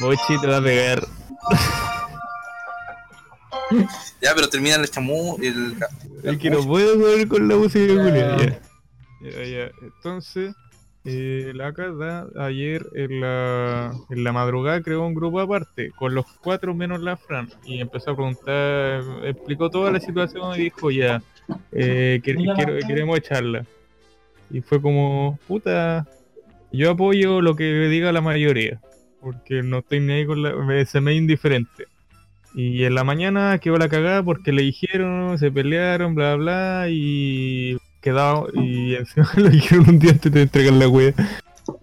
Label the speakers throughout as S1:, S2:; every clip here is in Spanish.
S1: Bochi te va a pegar.
S2: Ya, pero termina el chamú. El...
S1: Es que no puedo jugar con la música de Julia. Ya. Ya, ya. Entonces, eh, la casa ayer en la, en la madrugada creó un grupo aparte, con los cuatro menos la Fran, y empezó a preguntar, explicó toda la situación y dijo ya, eh, quer- quiero- queremos echarla. Y fue como, puta, yo apoyo lo que diga la mayoría, porque no estoy ni ahí con la... me- se me es indiferente. Y en la mañana quedó la cagada porque le dijeron, se pelearon, bla, bla, y quedado y encima lo dijeron un día antes de entregar la wea.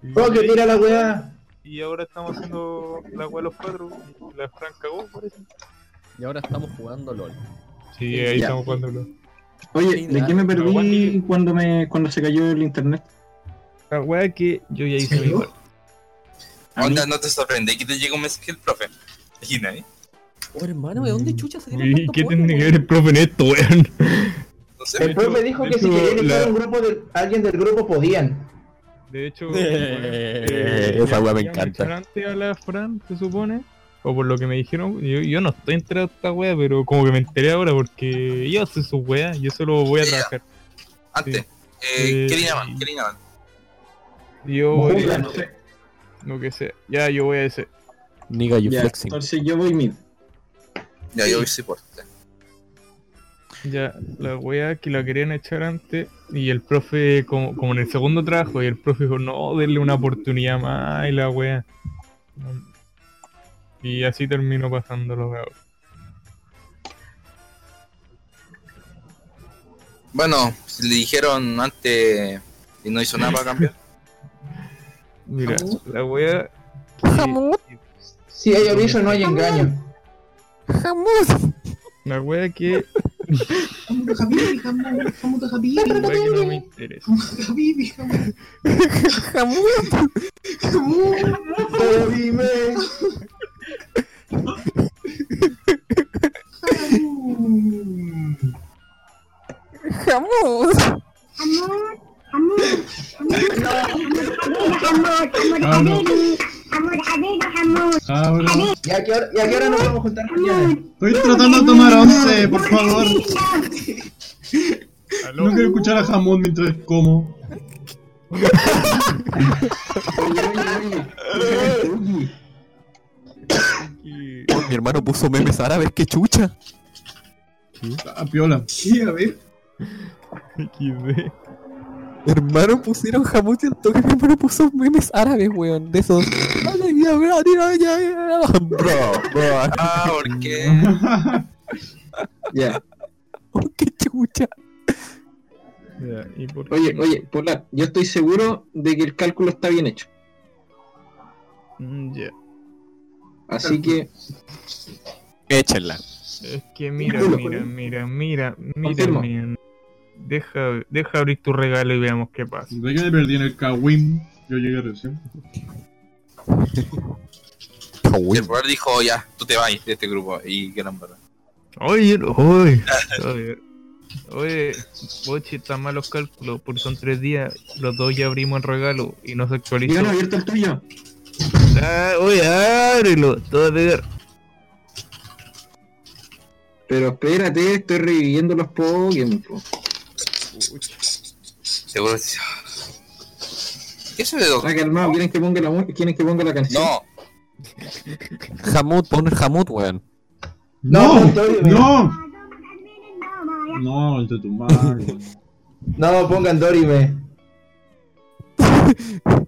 S1: Y-
S3: Roque, tira la weá.
S1: Y ahora estamos haciendo la wea los cuatro. y La Fran cagó, parece.
S4: Y ahora estamos jugando LOL.
S1: Sí, ahí
S3: Ya.
S1: estamos jugando.
S3: Oye, ¿de qué me perdí
S1: Aguante.
S3: cuando me cuando se cayó el internet?
S1: La wea que yo ya hice
S3: ¿Se
S1: mi
S3: cayó?
S1: parte.
S3: A mí-
S2: Onda, no te sorprende que te llegue un mensaje del profe. Imagina, ¿eh?
S4: Oh, hermano, ¿de dónde chucha se dieron
S1: ¿Y
S4: tantos
S1: qué
S4: juegos,
S1: tiene que
S4: weón?
S1: ver el profe en esto, weón?
S2: No sé.
S1: De
S5: El profe
S1: hecho-
S5: dijo
S1: de
S5: que si
S1: hecho,
S5: querían echar
S1: la-
S5: un grupo de alguien del grupo podían.
S1: De hecho,
S4: Eh,
S1: bueno,
S6: esa
S1: ya-
S6: wea me
S1: ya
S6: encanta.
S1: echaron antes a la Fran, se supone. O por lo que me dijeron, yo, yo no estoy enterado de esta wea, pero como que me enteré ahora porque yo soy su wea, yo solo voy a
S2: Ya.
S1: trabajar.
S2: Antes,
S1: Eh,
S2: eh, ¿qué dinaban? ¿Qué dinaban?
S1: Yo voy
S3: Puta,
S1: a
S3: no sé.
S1: lo que sea. Ya, yo voy a ese.
S6: Nigga, you
S3: Ya,
S6: flexing.
S3: entonces yo voy mid.
S2: Ya, yo hice por.
S1: Ya, la wea que la querían echar antes y el profe, como, como en el segundo trabajo, y el profe dijo, no, denle una oportunidad más y la wea. Y así terminó pasando los weón.
S2: Bueno, si le dijeron antes y no hizo nada para cambiar.
S1: Mira, la wea...
S7: Jamón.
S1: que-
S5: Si hay aviso, no hay engaño.
S7: Jamón.
S1: la wea que... la wea que no me interesa.
S7: Jamón.
S5: Pero dime.
S7: Jamón.
S3: Ahora.
S5: ¿Y a qué hora, y a qué hora nos vamos a juntar mañana?
S8: Estoy tratando de tomar once, por favor. No quiero escuchar a jamón mientras como.
S3: Oye, oye, oye. Escúchame, Tuki.
S1: Y-
S6: Oh, mi hermano puso memes árabes, qué chucha.
S8: A Ah, piola. Sí, a ver.
S1: XD.
S6: Hermano, pusieron jamón y al toque mi hermano puso memes árabes, weón. De esos. Ay, ya, ya, ya, ya, ya. Bro, bro.
S2: Ah, ¿por qué?
S3: Ya.
S6: Oh, qué chucha.
S1: Ya, ¿y por qué
S3: Oye,
S1: no?
S3: oye, Polar, yo estoy seguro de que el cálculo está bien hecho.
S1: Mm, Ya.
S3: Así que,
S6: Échenla.
S1: Es que mira,
S3: Culo,
S1: mira,
S3: culo.
S1: mira, mira, mira,
S3: Confirmo.
S1: mira. Deja, deja abrir tu regalo y veamos qué pasa.
S8: ¿De que me perdí en el Kawin? Yo llegué recién.
S2: Y el poder dijo, ya, tú te vas de este grupo. Y que verdad.
S1: Oye, oye, oye, oye, Bochi, están mal los cálculos, porque son tres días, los dos ya abrimos el regalo y no se
S3: yo
S1: actualizó.
S3: no he abierto el tuyo.
S1: Ah, oye, ábrelo, todo de ver.
S3: Pero espérate, estoy reviviendo los Pokémon. po.
S2: Seguro sí. ¿Qué se ve, doctor?
S3: Está calmado, ¿quieren que ponga la, mu- quieren que ponga la canción?
S2: No,
S6: Jamut, pon el jamut, weón.
S8: ¡No!
S5: No, Dory,
S8: ¡No! No, el de tu madre.
S5: No, pongan Dorime.
S1: Oye,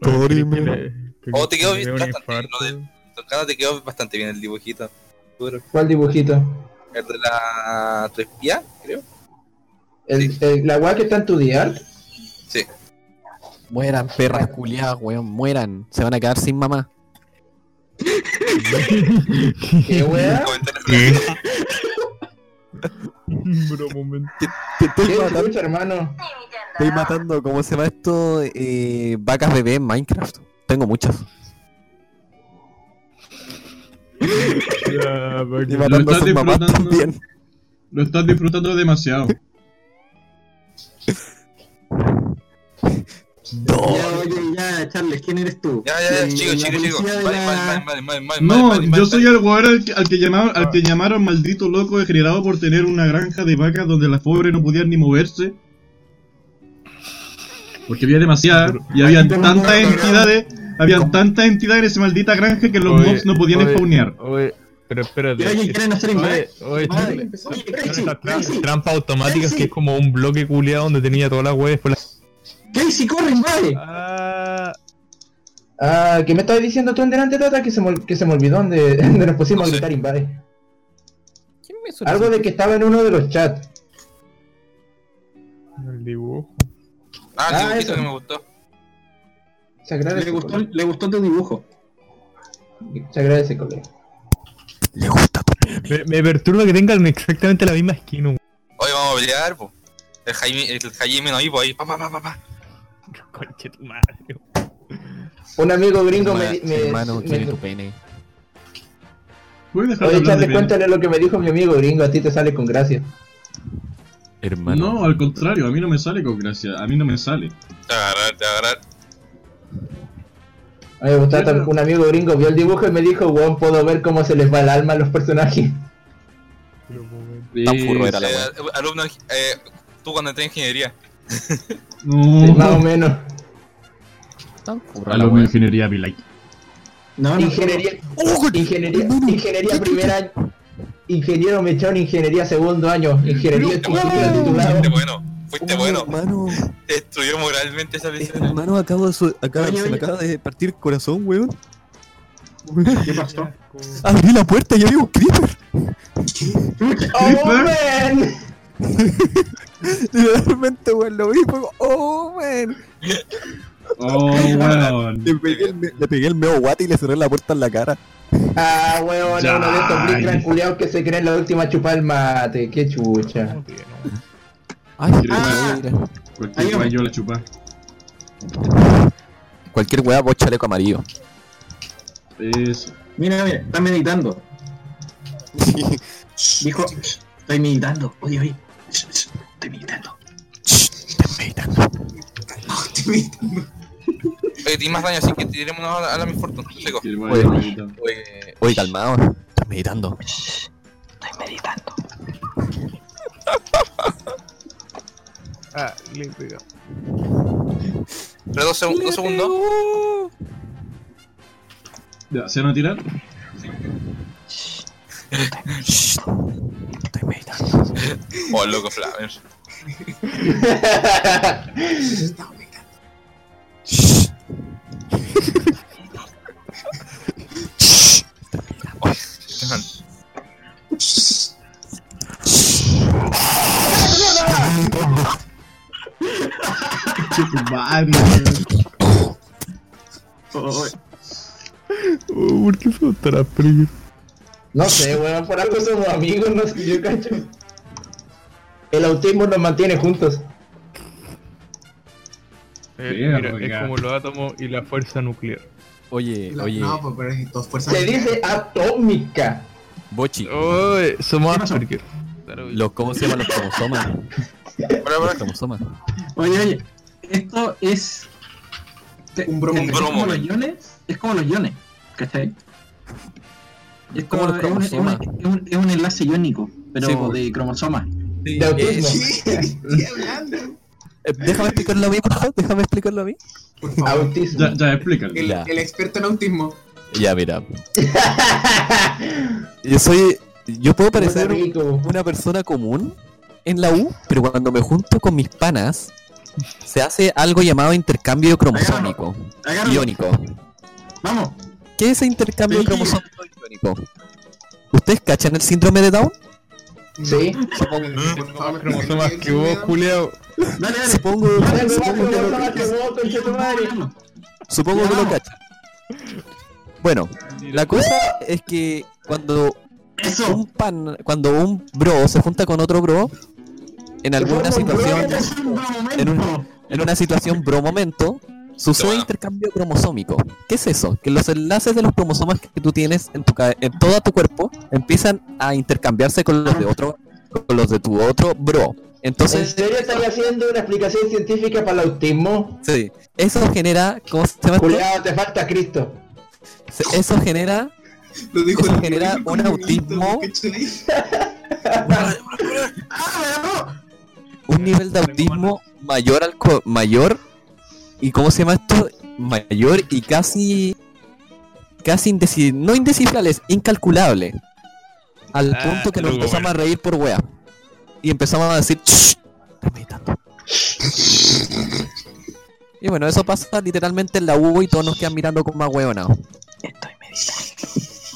S1: ¿crees
S6: Dorime.
S1: que le- crees
S2: Oh, te
S1: que
S2: quedó
S1: le
S2: bien
S1: dé un
S2: bastante,
S1: infarto?
S2: lo de- tocando te quedó bastante bien el dibujito. Seguro.
S5: ¿Cuál dibujito?
S2: El de la. tu espía, creo.
S5: El, el- la weá que está en tu diar.
S2: Sí.
S6: Mueran, perras culiadas, weón. Mueran. Se van a quedar sin mamá.
S5: ¿Qué weá?
S2: Comentario-
S1: Bro, momento.
S6: Te estoy
S5: ¿Qué escucha, hermano?
S6: Estoy matando, ¿cómo se llama esto? Eh, vacas bebé en Minecraft. Tengo muchas.
S1: Ya, para
S6: Y
S1: que-
S6: matando a
S8: estás
S6: sus mamás
S8: disfrutando.
S6: también.
S8: Lo estás disfrutando demasiado.
S3: Ya, oye, ya, Charles, ¿quién eres tú?
S2: Oh. Ya, ya, ya,
S3: Eh,
S2: chicos,
S3: la
S2: chicos, chicos.
S3: policía de
S2: Vale,
S3: la-
S2: vale, vale, vale, vale,
S8: No,
S2: vale,
S8: yo
S2: vale,
S8: soy
S2: vale.
S8: el weón al, que- al que llamaron,
S6: Ah.
S8: al que llamaron maldito loco degenerado por tener una granja de vacas donde las pobres no podían ni moverse. Porque había demasiadas y habían tantas entidades, habían tantas entidades en esa maldita granja que los
S1: Oye,
S8: mobs no podían
S1: oye,
S8: spawnear.
S1: Oye, pero espérate.
S3: Ya, oye, quieren hacer
S1: Oye,
S3: imagen.
S1: oye,
S3: Madre,
S1: Charlie,
S3: empezó-
S1: son-
S3: oye,
S1: son
S3: Casey,
S1: estas tra-
S3: Casey.
S1: trampas automáticas
S3: Casey.
S1: que es como un bloque culeado donde tenía todas las weas por la...
S3: Casey, corre, invade.
S1: Ah,
S5: Ah, ¿qué me estabas diciendo tú en delante, Tata? Que se me, ol- que se me olvidó donde, donde nos pusimos
S2: No sé.
S5: a gritar invade.
S4: ¿Quién me solicitó?
S5: Algo de que estaba en uno de los chats.
S1: el dibujo.
S2: Ah, el
S5: Ah,
S2: dibujito
S5: eso.
S2: que me gustó.
S5: Se agradece,
S3: Le gustó,
S5: colega.
S3: le gustó tu dibujo.
S5: Se agradece, colega.
S6: Le gusta tu
S1: Me, me perturba que tengan exactamente la misma skin. weón.
S2: Hoy vamos a pelear, po. El Jaime, el Jaime no iba ahí. Pa, pa, pa, pa, pa.
S1: Conche tu madre. weón.
S5: Un amigo gringo me,
S2: Hermano,
S5: me, me-
S6: pene.
S8: Voy a dejar de
S5: Oye,
S8: hablar de
S5: Charles,
S8: pene.
S5: cuéntale lo que me dijo mi amigo gringo, a ti te sale con gracia.
S6: Hermano.
S8: No, al contrario, a mí no me sale con gracia, a mí no me sale.
S2: Te agarrar, te agarrar.
S5: Oye, vos, Tata,
S8: Bueno.
S5: un amigo gringo vio el dibujo y me dijo, weón, puedo ver cómo se les va el alma a los personajes.
S1: Pero, weón,
S6: Tan furro era la
S2: Eh,
S6: wea.
S2: alumno, eh, tú cuando entré en ingeniería.
S8: No,
S5: Más o menos.
S4: Tan curra la
S8: alumno de
S4: wea.
S8: ingeniería be like.
S3: Ah, No, no, Oh,
S5: Ingeniería, ingeniería, ingeniería primer año. Ingeniero Mechón, ingeniería segundo año. Ingeniería estructura titulado.
S2: Fuiste bueno, fuiste Este bueno.
S6: Hermano, eh,
S2: Te destruyó moralmente esa piscina.
S6: hermano, acabo de su- acaba-
S3: Oye,
S6: se
S3: oye.
S6: me acaba de partir el corazón, weón.
S3: ¿qué pasó?
S6: Abrí la puerta y había un creeper.
S5: ¡Oh,
S8: Creeper.
S5: man!
S6: Literalmente, weón, lo vi y fue como, oh, man.
S8: Oh, weón.
S6: Le pegué, el, me- le pegué el meo guate y le cerré la puerta en la cara.
S5: Ah, weón,
S8: Ya.
S5: uno de estos blickran culiados que se creen la última chupada del mate. Qué chucha.
S1: ¿cómo tiene, weón?
S6: Ay,
S3: Ah.
S6: mira.
S8: Cualquier weón yo la chupa.
S6: Cualquier weá, vos chaleco amarillo.
S8: Eso.
S3: Mira, mira, está meditando. Dijo, estoy meditando. Oye, oye, estoy meditando.
S2: Oye, di más daño, así que tiremos una bala a la mi fortuna. Seco.
S8: Cualquier weón
S6: Oye.
S8: yo la meditando.
S2: Oye,
S6: Oye, calmado. Estás meditando.
S1: Ah, le he pegado.
S2: pero dos, seg- dos segundos.
S8: Ya, ¿Se van a tirar?
S6: Estoy meditando.
S2: Oh, loco, Flames.
S8: Che, tu madre, weón.
S1: Oh, ¿Por qué se botan las películas?
S5: No sé, weón, por algo somos amigos, no sé, yo cacho. El autismo nos mantiene juntos.
S1: Eh,
S8: Mierda,
S1: mira, es
S8: oiga.
S1: como los átomos y la fuerza nuclear.
S6: Oye, oye,
S5: Se dice atómica.
S6: Bochi,
S1: Oye, somos
S3: ¿Qué pasó?
S1: Asperger.
S6: los, ¿cómo se llaman los cromosomas?
S2: Para,
S6: Los
S2: para.
S6: cromosomas.
S3: Oye, oye, esto es. Un
S2: bromo.
S3: Es
S2: Un
S3: como
S2: bromo.
S3: los iones, es como los iones, ¿cachai? Es
S6: Como los
S3: es un- es un-
S6: cromosomas.
S3: Es un, es un enlace iónico, pero
S6: Sí, pues.
S3: de cromosomas.
S5: De autismo.
S6: Eh, déjame explicarlo a mí, por favor, déjame explicarlo a mí.
S5: Autismo.
S8: Ya, ya, explícalo.
S6: Ya,
S9: experto en autismo.
S6: ya, mira. Yo soy. Yo puedo parecer
S5: Puta rico.
S6: una persona común en la U, pero cuando me junto con mis panas, se hace algo llamado intercambio cromosómico,
S3: Agárralo,
S6: iónico.
S3: vamos.
S6: ¿Qué es ese intercambio
S3: Sí.
S6: cromosómico iónico? ¿Ustedes cachan el síndrome de Down?
S5: Sí.
S9: Por favor,
S1: Cromosomas que vos, culiao.
S3: Dale, dale.
S6: Supongo,
S5: Dale, me
S6: supongo que
S5: bajo, me
S6: lo-
S5: bajo, me bajo, concha tu madre.
S6: Supongo
S3: Ya
S6: que lo
S3: vamos.
S6: cachan. Bueno, la cosa es que cuando
S3: Eso.
S6: un pan, cuando un bro se junta con otro bro, en alguna
S5: Somos
S6: situación,
S5: brothers.
S3: Es un buen
S6: En
S3: momento.
S6: en una situación bro momento, sucede
S2: Ya.
S6: intercambio cromosómico. ¿Qué es eso? Que los enlaces de los cromosomas que tú tienes en tu ca- en todo tu cuerpo empiezan a intercambiarse con los de otro, con los de tu otro bro.
S5: ¿En
S6: Entonces,
S5: serio estáis haciendo una explicación científica para el autismo?
S6: sí, eso genera, ¿cómo se llama? esto?
S5: Culeado, te falta Cristo.
S6: Se- Eso genera,
S9: Lo dijo
S6: Eso
S9: el-
S6: genera
S9: lo dijo
S6: un
S9: el
S6: autismo.
S9: ¿cachai?
S6: un nivel de autismo mayor al co- mayor y cómo se llama esto mayor y casi casi indeci no indecifrable es incalculable al
S1: Ah,
S6: punto que nos
S1: luego,
S6: empezamos a reír por wea y empezamos a decir "Shh, estás meditando". y bueno eso pasa literalmente en la U y todos nos quedan mirando como a huevonados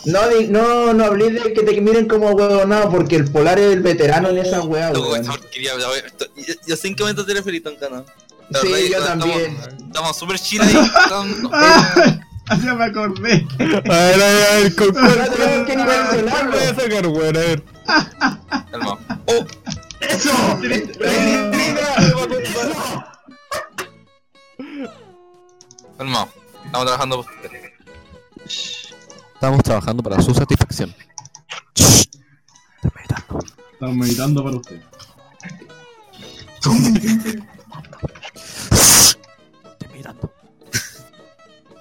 S5: No, di- no, no hablé de que te miren como huevonado porque el polar es el veterano en esa hueá,
S2: Loco,
S5: weón.
S2: esta porquería, ya voy- esto- yo, yo sé en qué momento te referís, Toncano. La verdad
S5: Sí,
S2: es que
S5: yo
S2: estamos-
S5: también.
S2: Estamos súper chill ahí. estamos- eh,
S8: Ya me acordé.
S1: A ver, a ver, a ver, ¿con cuál,
S5: No tenemos que
S1: cuál
S5: nivelarlo.
S1: voy a sacar, weón? A ver.
S2: calmado. Oh,
S9: ¡Eso!
S2: calmado. Estamos trabajando por usted.
S6: estamos trabajando para su satisfacción "Shh, estás meditando".
S8: Estamos meditando para usted.
S6: Estoy mirando.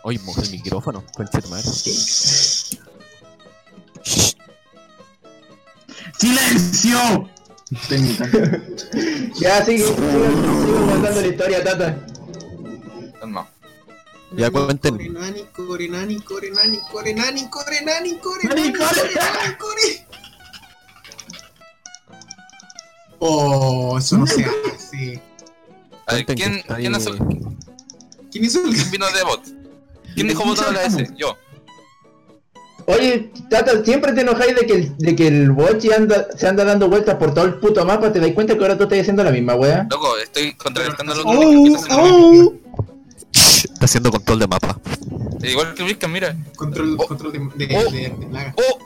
S6: Oye, moja el micrófono, concha de madre.
S8: ¡Silencio!
S5: Ya, sigue, sigue, sigue contando la historia, Tata.
S2: Calmado.
S6: Ya cuenten.
S9: Corenani, corenani, corenani, corenani,
S5: Nani,
S9: corenani, corenani,
S3: Oh,
S5: core-
S9: corenani, core- Oh, eso no se hace.
S2: A ver,
S6: Cuenten
S2: ¿quién,
S6: que está
S2: ¿quién,
S6: ahí-
S2: hace,
S9: ¿Quién hizo el
S2: quién vino de bot?
S5: Eh,
S2: ¿Quién dijo botón a la S? Yo.
S5: Oye, Tata, siempre te enojáis de que, el- de que el bochi anda, se anda dando vueltas por todo el puto mapa. ¿Te das cuenta que ahora tú estás haciendo la misma weá?
S2: Loco, estoy contrarrestando al otro. porque
S8: ¡Oh!
S2: está haciendo lo mismo.
S8: ¡Oh!
S6: Está haciendo control de mapa.
S2: Igual que Briscan, mira.
S9: control,
S2: Oh.
S9: control de, de,
S2: Oh.
S9: de- de plaga?
S2: ¡Oh!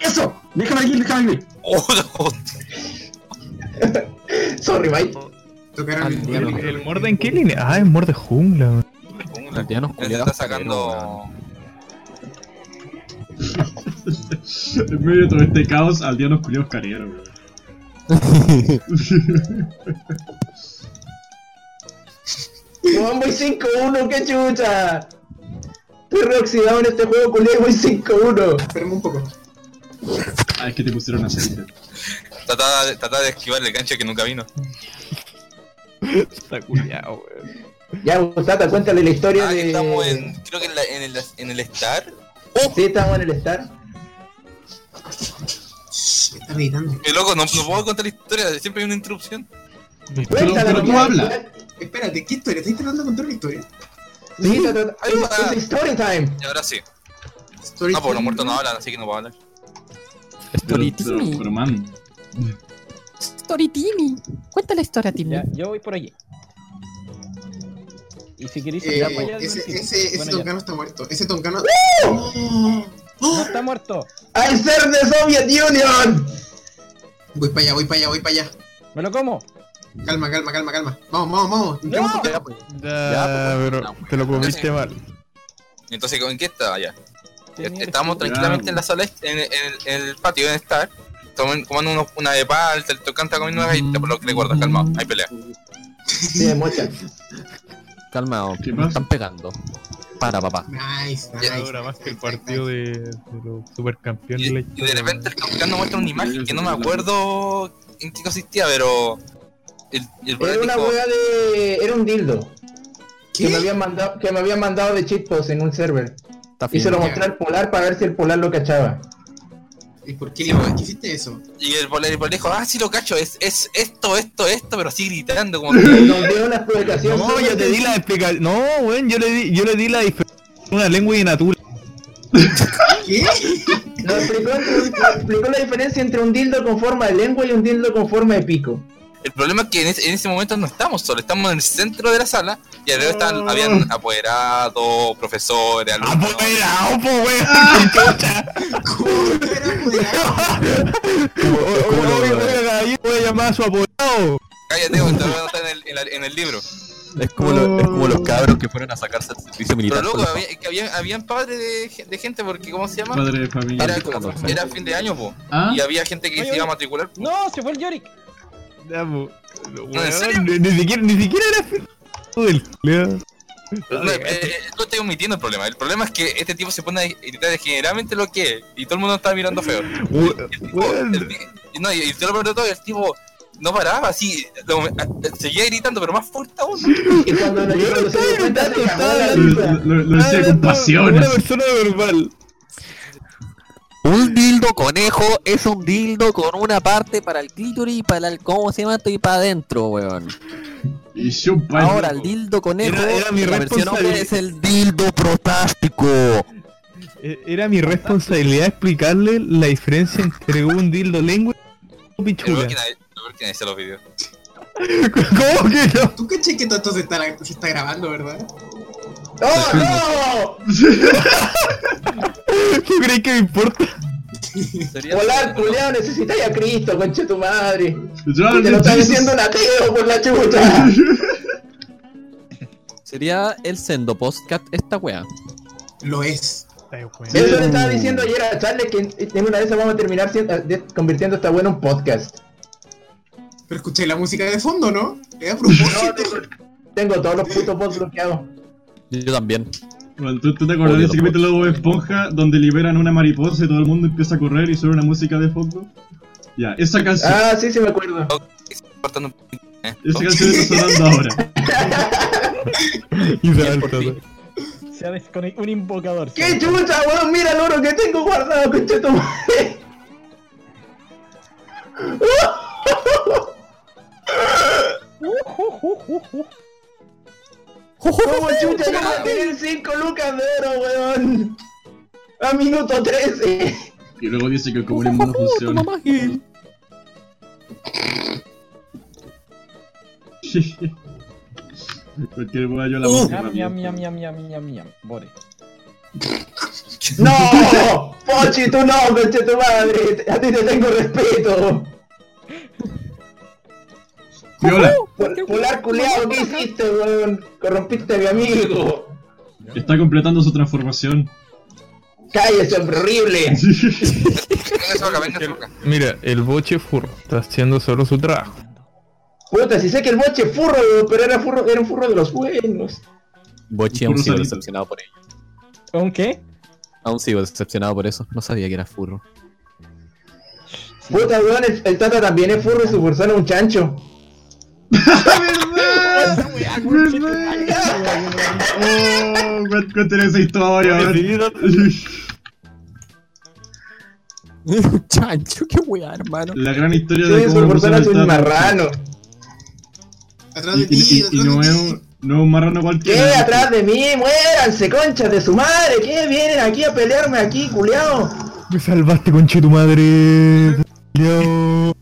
S3: ¡Eso! ¡Déjame aquí, déjame aquí!
S2: ¡Oh! no.
S5: Sorry, bye.
S9: Tocaron
S6: Al diablo.
S1: ¿El, el Morde en qué línea? Ah, el Morde jungla, weón.
S2: Jungla.
S6: Ya nos
S2: Él
S6: culiados
S2: está sacando.
S8: En medio de todo este caos, al día nos culiamos carrera, weón.
S5: Weón, voy 5-1, qué chucha. Estoy reoxidado en este juego, culé, voy 5-1.
S9: Esperemos un poco.
S8: Ah, es que te pusieron aceite.
S2: Trataba trataba de esquivar el gancho que nunca vino.
S1: Está culiado, weón.
S5: Ya, Tata, cuéntale la historia
S2: Ah,
S5: de...
S2: que estamos en. Creo que en, la- en el, en el Star.
S5: Sí, estamos en el Star.
S9: Me está meditando.
S2: Eh, loco, no, no puedo contar la historia, siempre hay una interrupción.
S8: Pero,
S5: Cuéntala,
S8: pero tú
S5: ya,
S8: habla.
S5: ya.
S9: Espérate, ¿qué historia? ¿Estás tratando de contar una historia?
S5: Sí, Tata,
S2: Ahí va.
S5: it's story time.
S2: Y ahora sí.
S9: Story
S2: No, porque los
S9: time.
S2: muertos no hablan, así que no puedo hablar.
S8: Pero, pero,
S7: Storytini.
S8: pero, man.
S7: Storytini. Cuenta la historia, Timmy.
S4: Ya, yo voy por allí. Y si queréis,
S9: Eh,
S4: ya voy a
S9: ese,
S4: decir.
S9: ese, ese
S4: Bueno, ya.
S9: toncano está muerto. Ese toncano.
S5: ¡Oh!
S9: ¡Oh!
S4: No está muerto.
S5: I serve the Soviet Union.
S9: Voy para allá, voy para allá, voy para allá.
S4: Me lo como.
S9: Calma, calma, calma, calma. Vamos, vamos, vamos. Entremos
S4: No.
S9: con calma.
S1: pues.
S5: pues,
S1: Ya, pero te lo comiste mal.
S2: Entonces, ¿en qué estaba ya?
S4: Tenía el
S2: Estábamos
S4: escudo.
S2: tranquilamente en la sala, est- en, en- en el patio en Star, tomen- comiendo unos- una de pal, el tocante está comiendo una galleta, por lo que le guardas, calmado, hay pelea.
S5: Sí, mocha.
S6: Calmado,
S8: ¿Qué
S6: me
S8: pasa?
S6: están pegando. Para, papá.
S9: Nice, nice.
S1: Ahora más que el partido de, de los supercampeones.
S2: Y,
S1: la
S2: y de
S1: historia,
S2: repente el campeón nos muestra una imagen que no me
S8: Yo soy la-
S2: acuerdo en qué consistía, pero. El, el brother
S5: Era una
S2: dijo,
S5: hueá de... Era un dildo. Que me,
S9: ¿Qué?
S5: habían mandado, que me habían mandado de cheatpost en un server.
S6: Está
S5: Y se lo
S6: fino.
S5: mostré al polar para ver si el polar lo cachaba.
S9: ¿Y por qué, ¿Por qué hiciste eso?
S2: y el brother el brother dijo, ah, sí lo cacho, es, es esto, esto, esto, pero así gritando, como que.
S5: Nos dio una explicación.
S1: No, yo te di la explicación. No, weón, yo le di, yo le di la diferencia. Una lengua y natura.
S9: ¿Qué?
S5: Nos explicó, nos explicó la diferencia entre un dildo con forma de lengua y un dildo con forma de pico.
S2: El problema es que en ese, en ese momento no estamos solos, estamos en el centro de la sala y alrededor
S5: Ah.
S2: están, habían apoderados, profesores, alumnos.
S1: Apoderado, po, weón.
S9: ¿Cómo era apoderado?
S1: Oye, oye, oye, caballero, voy a llamar a su apoderado.
S2: Cállate, porque todavía no está en el, en la- en el libro.
S6: Es como, lo- es como los cabros que fueron a sacarse el servicio militar.
S2: Pero loco,
S6: con los-
S2: había, que había, habían padres de, ge- de gente, porque ¿cómo se llama?
S8: Padre de familia.
S2: Era, era fin de año, po.
S8: ¿Ah?
S2: Y había gente que
S4: Oye,
S2: se iba a
S4: oye.
S2: matricular.
S4: No, se fue el Yorick.
S1: Ya, po. Lo-
S2: No, ¿en serio?
S1: weón, ni, ni siquiera, ni siquiera era fin del culiao.
S2: No, eh, eh, no estoy omitiendo el problema. El problema es que este tipo se pone a gritar generalmente lo que es. Y todo el mundo está mirando feo.
S1: We-
S2: El tipo- el
S1: Weón,
S2: ti- y no, y, y te lo peor de todo, el tipo no paraba, así. lo- a- a- seguía gritando, pero más fuerte aún.
S5: Y cuando nos
S1: Yo
S5: cuando se dio
S1: estaba
S5: cuenta, se
S1: gritando,
S5: cagó la
S1: estaba
S5: risa.
S8: Lo, lo- lo decía con
S1: hablando
S8: pasión.
S1: Una
S8: así.
S1: persona verbal.
S6: Un dildo conejo es un dildo con una parte para el clítoris y para el. ¿Cómo se llama esto? Y para adentro, weón.
S8: Y yo, padre.
S6: Ahora, el dildo conejo.
S1: Era- era mi
S6: la versión hombre
S1: responsabilidad.
S6: es el dildo protástico.
S1: E- Era mi responsabilidad explicarle la diferencia entre un dildo lengua y un
S2: Lo peor
S1: pichula.
S2: que nadie- lo peor que nadie se los pidió.
S1: ¿Cómo que no?
S9: ¿Tú caché que todo esto se está, se está grabando, verdad?
S5: ¡Oh,
S1: ¿Tú crees que me importa?
S5: no! Volar, culiao, necesitáis a Cristo, conche tu madre.
S8: John,
S5: Y te lo está
S8: Ah, Jesus.
S5: diciendo un ateo por la chucha.
S6: Sería el sendo postcat esta wea.
S9: Lo es.
S4: pues.
S5: Eso le estaba diciendo ayer a Charles que en una de esas vamos a terminar siendo- eh, de- convirtiendo esta buena en un podcast.
S9: Pero escuché la música de fondo, ¿no? Es a propósito.
S5: Tengo todos los putos pods bloqueados.
S6: Yo también.
S8: Bueno, ¿tú, tú te acuerdas de ese capítulo de Bob Esponja donde liberan una mariposa y todo el mundo empieza a correr y suena una música de fondo? Ya, esa canción,
S5: Ah, sí, sí me acuerdo.
S2: Cortando un- ¿eh?
S8: esa canción está sonando ahora.
S1: Y se
S2: Bien por
S1: saltó.
S2: ti.
S4: Se ha desconectado un invocador. se ha
S5: ¡Qué chucha, weón! Mira el oro que tengo guardado, conche tu madre. ¿Cómo chucha yo voy a tener 5 lucas de oro, weón? A minuto 13.
S8: Y luego dice que el comunismo no funciona. Cualquier hueá yo la
S5: Uh.
S4: Ñam,
S8: voy
S4: ñam, ñam, ñam, ñam, ñam, ñam. Bore.
S5: ¡No! Pochi, tú no, conche tu madre. A ti te tengo respeto.
S8: Viola,
S5: Por, polar culeado, ¿qué hiciste, weón? Corrompiste a mi amigo.
S8: está completando su transformación.
S5: Cállese, hombre horrible.
S2: Venga, Soca, venga, Soca.
S1: Mira, el boche furro está haciendo solo su trabajo.
S5: Puta, si sé que el boche es furro, pero era furro, era un furro de los buenos.
S6: Bochi,
S8: Puro
S6: aún sigo
S8: salito.
S6: decepcionado por ello.
S4: ¿Un qué?
S6: Aún sigo decepcionado por eso. No sabía que era furro.
S5: Puta, weón, el, el tata también es furro y su persona es un chancho.
S8: oh, cu- cuenten esa historia, ahora.
S7: Chancho, qué weá, hermano.
S8: La gran historia de
S5: Sí,
S8: cómo
S5: su persona es
S8: evoluciona
S5: un
S8: el Tata.
S5: marrano.
S9: Atrás
S8: Y,
S9: de ti,
S8: y-
S9: atrás
S8: y- y no es
S9: de ti.
S8: un, no es un marrano
S5: ¿Qué?
S8: cualquiera.
S5: Atrás de mí, muéranse, conchas de su madre. ¿Qué? Vienen aquí a pelearme aquí, culeado.
S1: Me salvaste, conche tu madre. Yo.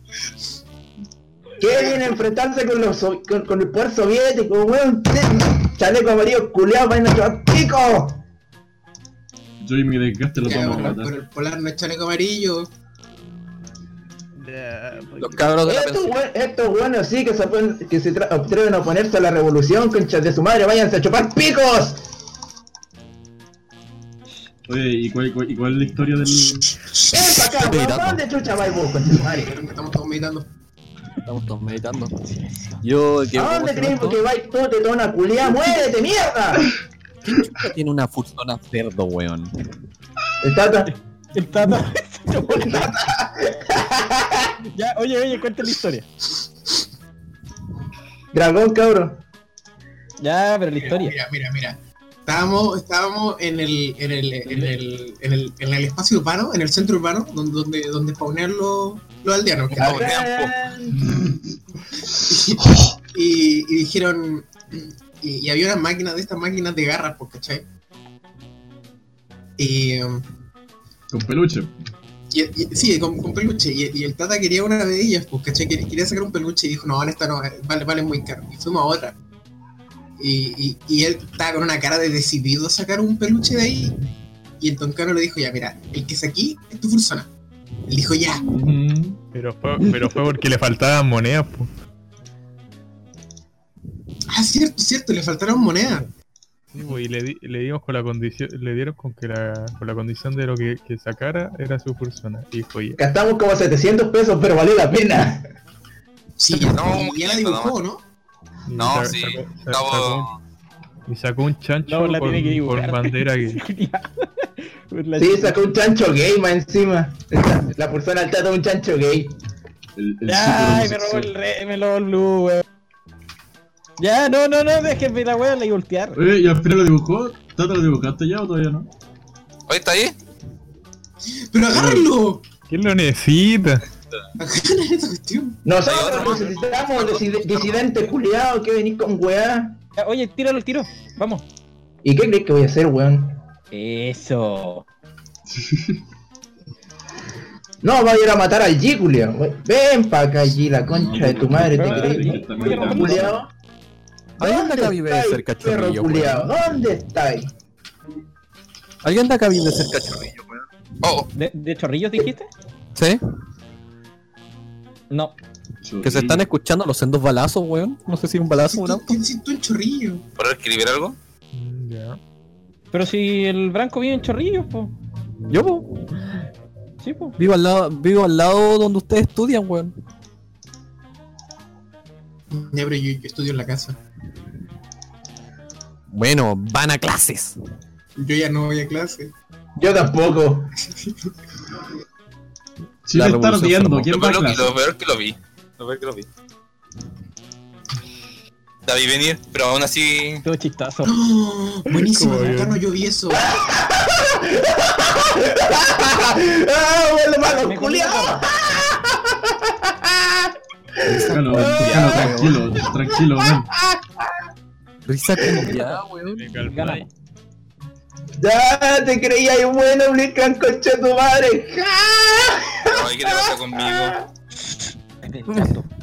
S5: ¿Qué? Vienen a enfrentarse con, los, so- con, con el poder soviético, weón. Chaleco amarillo, culeado, vayan a chupar pico.
S8: Yo y mi desgaste lo
S9: Ya,
S8: tomo
S9: pero,
S8: a matar.
S9: pero el polar no es chaleco amarillo.
S6: Los cabros de la
S5: Estos buen- estos buenos sí que se, pueden- que se tra- atreven a oponerse a la revolución, conchas de su madre. Váyanse a chupar picos.
S8: Oye, ¿y cuál, cuál- y cuál es la historia del.
S5: Ven pa' acá,
S6: Estoy
S5: weón.
S6: dando.
S5: ¿Dónde chucha va el vos, conchas de su madre?
S9: Estamos todos meditando.
S6: Estamos todos meditando. Yo que
S5: ¿A
S6: ¿cómo
S5: dónde
S6: se llama
S5: crees
S6: esto?
S5: Ah, que vais tú, tetona culiá? ¡Muérete, mierda!
S6: Ah, tiene una fustona cerdo, weón.
S5: El tata.
S4: El tata. ya, oye, oye, cuéntale la historia.
S5: Dragón, cabro.
S4: Ya, pero la historia.
S9: Mira, mira, mira. Estábamos, estábamos en, el, en, el, en, el, en, el, en el espacio urbano, en el centro urbano, donde, donde, donde spawnean los, los aldeanos. que
S2: Ah,
S9: estaban. y, y dijeron. Y, y había una máquina de estas máquinas de garras, pues, ¿cachai? Y. um,
S8: Con peluche.
S9: Y, y- sí, con, con peluche. Y, y el Tata quería una de ellas, pues, ¿cachai? Quer- Quería sacar un peluche y dijo, no, esta no, eh, vale, vale muy caro. Y fuimos a otra. Y, y- y él estaba con una cara de decidido a sacar un peluche de ahí. Y el Toncano le dijo, ya, mira, el que es aquí es tu persona. Él dijo, ya.
S1: Pero fue, pero fue porque le faltaban monedas, po.
S9: Ah, cierto, cierto, le faltaron monedas.
S1: Sí, po, y le, di- le dimos con la condición, le dieron con que la, con la condición de lo que, que sacara era su persona. Y fue ya.
S5: Gastamos como 700 pesos, pero valió la pena.
S9: Sí, ya,
S2: No,
S9: y ya la dibujó, ¿no?
S1: Y
S2: No,
S1: sa-
S2: sí,
S1: sacó- sa- sacó un-
S2: Estaba...
S1: y sacó un chancho
S4: No, la
S1: con,
S4: tiene que
S1: con
S4: dibujar.
S1: bandera gay.
S4: La
S5: Sí,
S4: chica.
S5: sacó un chancho gay más encima. Esta- La persona al trato de un chancho gay.
S8: El, el
S4: Ay, me
S8: superhomosexual.
S4: robó el re, me robó el blue, weón. Ya, no, no, no, déjenme la weá, la iba a voltear.
S8: Oye, ¿y al final lo dibujó? ¿Tata lo dibujaste ya o todavía no?
S2: ¿Oye, está ahí?
S9: Pero agárrenlo.
S1: ¿Quién lo necesita?
S9: Agarren esa cuestión.
S5: Nosotros nos necesitamos diside- disidente culiado que venís con weá.
S4: Ya, Oye, tíralo el tiro, vamos.
S5: ¿Y qué crees que voy a hacer, weón?
S4: Eso.
S5: No, va a ir a matar al G, culiao. Ven pa' acá, G, la concha de tu madre, te
S4: Ah,
S5: crees.
S8: que está
S4: no,
S8: muy
S4: no,
S8: grande.
S5: culiao.
S6: ¿Alguien de acá vive
S5: estáis,
S6: cerca de
S5: perro
S6: Chorrillo,
S5: culiao? ¿Dónde estáis?
S6: ¿Alguien de acá vive cerca de Chorrillo?
S2: Oh,
S4: ¿De, de chorrillos dijiste?
S6: ¿Sí?
S4: No.
S6: Que se están escuchando los sendos balazos, weón. No sé si un balazo o un auto.
S9: ¿Quién siento un chorrillo?
S2: ¿para escribir algo?
S1: Mm, Ya.
S4: Pero si el branco vive en chorrillos, pues.
S6: Yo, po,
S4: Sí, pues.
S6: vivo al lado, vivo al lado donde ustedes estudian, weón.
S9: Ya, pero yo, yo estudio en la casa.
S6: Bueno, van a clases.
S9: Yo ya no voy a clase.
S5: Yo tampoco.
S8: Sí,
S6: La
S8: le está
S6: revolución fermó.
S8: ardiendo. ¿Quién
S2: Lo
S8: va a
S2: peor, lo,
S8: clase?
S2: lo peor que lo vi. Lo peor que lo vi. La vi venir, pero aún así.
S4: Todo chistoso.
S9: ¡No! buenísimo,
S1: Como bien.
S9: Bacano, yo vi eso.
S5: ¡Ah, huele malo,
S4: Me
S5: culiao!
S8: Déjalo,
S5: Ah,
S8: déjalo, tranquilo, tranquilo, ven.
S6: Risa como ya, weón.
S1: Me calmáis.
S4: Ganamos.
S5: Ya te creía y bueno, Blinkan, concha de tu madre. ¡Ja!
S2: Ay, ¿qué te pasa conmigo?
S4: Tanto.